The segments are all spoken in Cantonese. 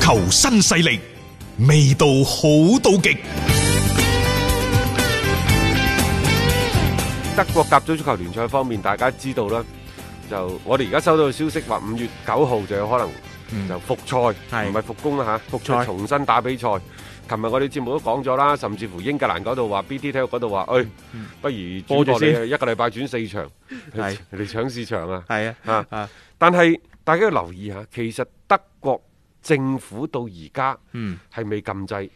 球新勢力，味道好到極。德國甲組足球聯賽方面，大家知道啦，就我哋而家收到消息話，五月九號就有可能就復賽，嗯係唔係復工啦嚇，復賽重新打比賽。琴日我哋節目都講咗啦，甚至乎英格蘭嗰度話，BT 體育嗰度話，誒，不如嗯播主住你先一個禮拜轉四場，係你搶市場啊！係啊啊，啊，但係大家要留意下，其實德國政府到而家嗯，係未禁制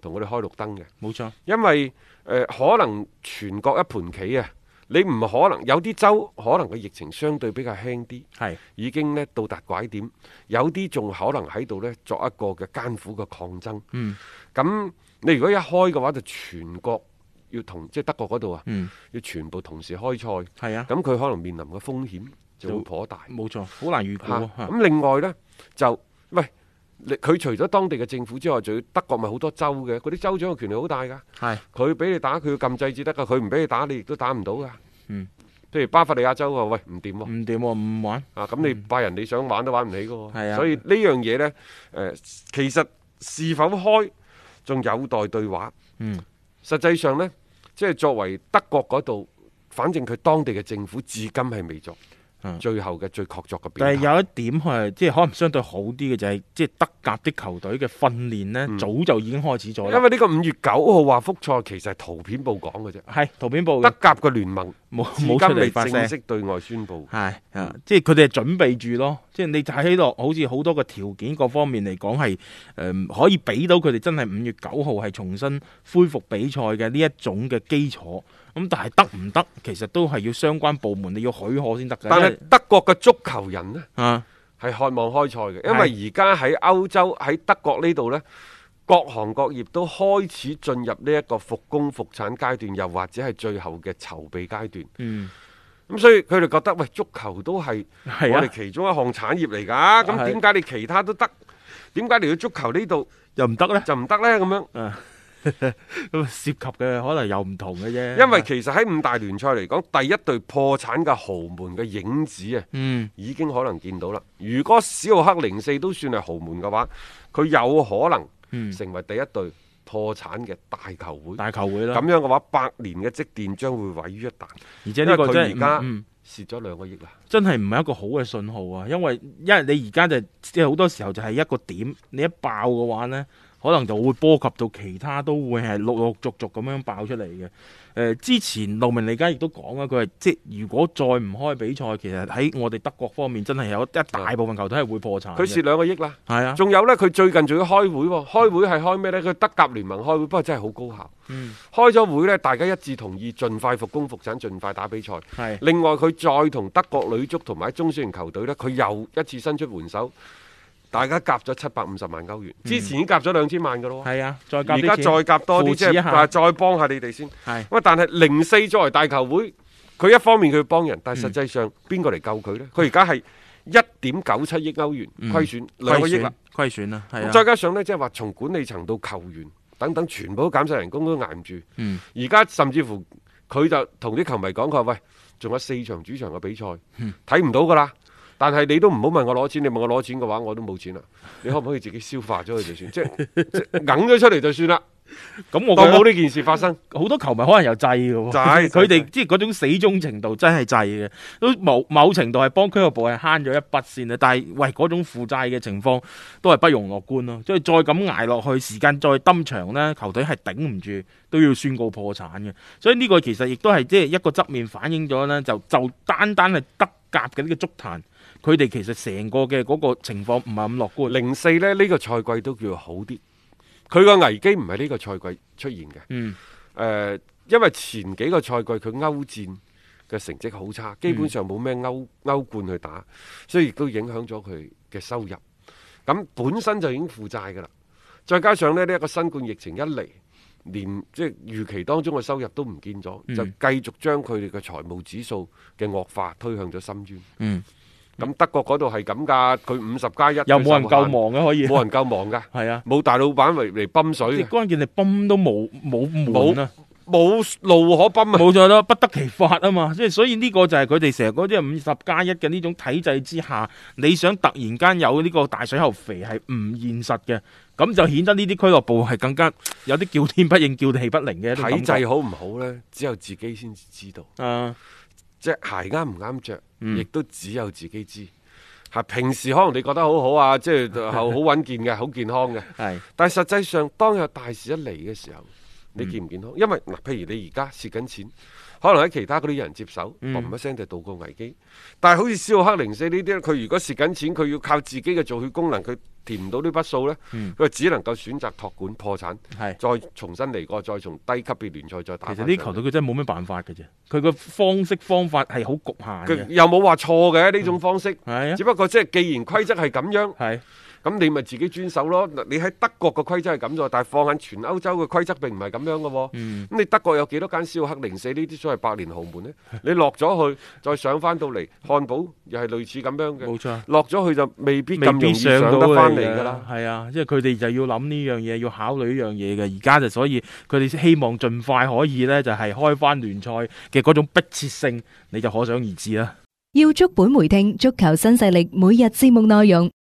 同我哋開綠燈嘅。冇錯，因為誒、呃可能全國一盤棋啊，你唔可能有啲州可能個疫情相對比較輕啲，係已經呢到達拐點，有啲仲可能喺度呢作一個嘅艱苦嘅抗爭。嗯咁你如果一開嘅話，就全國要同即係德國嗰度啊，嗯，要全部同時開賽，咁係啊，佢可能面臨嘅風險就會頗大。冇錯，好難預估嚇啊嚇咁另外呢，就喂。你佢除咗當地嘅政府之外，仲要德國咪好多州嘅，嗰啲州長嘅權力好大㗎。係佢俾你打，佢要禁制至得噶，佢唔俾你打，你亦都打唔到噶。嗯，譬如巴伐利亞州啊，喂唔掂喎，唔掂喎，唔玩，啊咁你拜仁你想玩都玩唔起噶喎。係啊所以呢樣嘢呢，誒、其實是否開仲有待對話。嗯，實際上呢，即係作為德國嗰度，反正佢當地嘅政府至今係未作、嗯最後嘅最確鑿嘅但表係態。有一點係即係可能相對好啲嘅就係即係德甲啲球隊嘅訓練呢，嗯早就已經開始咗因啦。為呢個五月九號話復賽，其實係圖片報講嘅啫。係圖片部德嘅，甲嘅聯盟冇至冇今出未嚟發正聲。式對外宣布。係啊，即係佢哋係準備住咯，即係你睇落好似好多個條件各方面嚟講係誒可以俾到佢哋真係五月九號係重新恢復比賽嘅呢一種嘅基礎。咁但係得唔得，其實都係要相關部門你要許可先得㗎。但因係為德國嘅足球人呢？啊，係渴望開賽嘅，因為而家喺歐洲喺德國呢度呢，各行各業都開始進入呢一個復工復產階段，又或者係最後嘅籌備階段。嗯，咁所以佢哋覺得喂，足球都係我係哋啊，其中一項產業嚟㗎。咁係點解你其他都得？點解嚟到足球呢度又唔得咧，就唔得呢？咁樣，啊， 咁啊涉及嘅可能又唔同嘅啫。因為其實喺五大聯賽嚟講，第一隊破產嘅豪門嘅影子啊！嗯已經可能見到啦。如果史浩克零四都算係豪門嘅話，佢有可能嗯成為第一隊破產嘅大球會。大球會啦咁，樣嘅話，百年嘅積澱將會毀於一旦。而且呢個因為佢真係而家嗯嗯蝕咗兩個億啊啦，真係唔係一個好嘅信號啊！因為因為你而家就即係好多時候就係一個點，你一爆嘅話呢，可能就會波及到其他都會係陸陸續續咁樣爆出嚟嘅。誒、之前路明利加亦都講啊啦，佢係即係如果再唔開比賽，其實喺我哋德國方面真係有一大部分球隊係會破產嘅。佢蝕兩個億啦。係啊，仲有呢，佢最近仲要開會喎。開會係開咩呢？佢德甲聯盟開會，不過真係好高效。嗯，開咗會呢，大家一致同意，盡快復工復產，盡快打比賽。係另外佢再同德國女足同埋中小型球隊呢，佢又一次伸出援手，大家夾咗七百五十萬歐元，之前已經夾咗兩千萬噶咯喎。係啊，再加而家再夾多啲，扶即持一係下話再幫下你哋先。係喂，但係零四作為大球會，佢一方面佢要幫人，但係實際上邊個嚟救佢呢？佢而家係一點九七億歐元嗯虧損兩個億啦。虧損啦，係咁啊，再加上呢，即係話從管理層到球員等等，全部都減晒人工都捱唔住。嗯而家甚至乎佢就同啲球迷講：佢話喂，仲有四場主場嘅比賽，嗯睇唔到㗎啦。但係你都唔好問我攞錢，你問我攞錢嘅話，我都冇錢啦。你可唔可以自己消化咗佢就算，即係即係揞咗出嚟就算啦，咁 我當覺得冇呢件事發生。好多球迷可能又制嘅喎， 制佢哋制即係嗰種死忠程度真係制嘅，都某某程度係幫俱樂部係慳咗一筆先啦。但係喂嗰種負債嘅情況都係不容樂觀咯，即係再咁捱落去，時間再抌長呢，球隊係頂唔住都要宣告破產嘅。所以呢個其實亦都係即係一個側面反映咗呢，就就單單係德甲嘅呢個足壇，佢哋其實成個嘅嗰個情況唔係咁樂觀。零四呢，呢、個賽季都叫好啲，佢個危機唔係呢個賽季出現嘅。嗯，誒、因為前幾個賽季佢歐戰嘅成績好差，基本上冇咩歐歐冠去打，所以亦都影響咗佢嘅收入。咁本身就已經負債㗎啦，再加上咧呢一、個新冠疫情一嚟，連即係預期當中嘅收入都唔見咗，嗯就繼續將佢哋嘅財務指數嘅惡化推向咗深淵。嗯，咁德國嗰度係咁㗎，佢五十加一，又冇人佢夠受限忙啊嘅可以，冇人夠忙㗎，係啊。冇大老闆嚟嚟泵水 即係嘅，關鍵你泵都冇冇門啊！冇路可奔啊！冇錯啦，不得其法啊嘛，即係所以呢個就係佢哋成日嗰啲五十加一嘅呢種體制之下，你想突然間有呢個大水喉肥係唔現實嘅，咁就顯得呢啲俱樂部係更加有啲叫天不應、叫地不靈嘅一種體感覺制好唔好呢？只有自己先知道。啊，即鞋啱唔啱着，嗯亦都只有自己知。係平時可能你覺得好好啊，即係係好穩健 嘅，好健康嘅。係但係實際上，當有大事一嚟嘅時候，嗯你健唔健康？因為嗱，譬如你而家蝕緊錢，可能喺其他嗰啲人接手，嗯嘣一聲就渡過危機。但係好似肖克零四呢啲，佢如果蝕緊錢，佢要靠自己嘅造血功能，佢填唔到呢筆數呢，嗯佢只能夠選擇託管破產，係。再重新嚟過，再從低級別聯賽再打返其實上嚟。呢球隊佢真係冇咩辦法嘅啫，佢個方式方法係好局佢限嘅，又冇話錯嘅呢種方式。係啊只，不過即係既然規則係咁樣，係咁你咪自己遵守咯。嗱你喺德國嘅規則係咁咗，但係放眼全歐洲嘅規則並唔係咁樣嘅喎。嗯咁你德國有幾多間肖克零四呢啲所謂百年豪門呢？嗯你落咗去，再上翻到嚟，漢堡又係類似咁樣嘅。冇錯。落咗去就未必未咁容必易上上到啊得翻嚟㗎㗎啦。係啊，即係佢哋就要諗呢樣嘢，要考慮呢樣嘢嘅。而家就所以佢哋希望盡快可以呢，就係開翻聯賽嘅嗰種迫切性，你就可想而知啦。要足本回聽足球新勢力每日節目內容，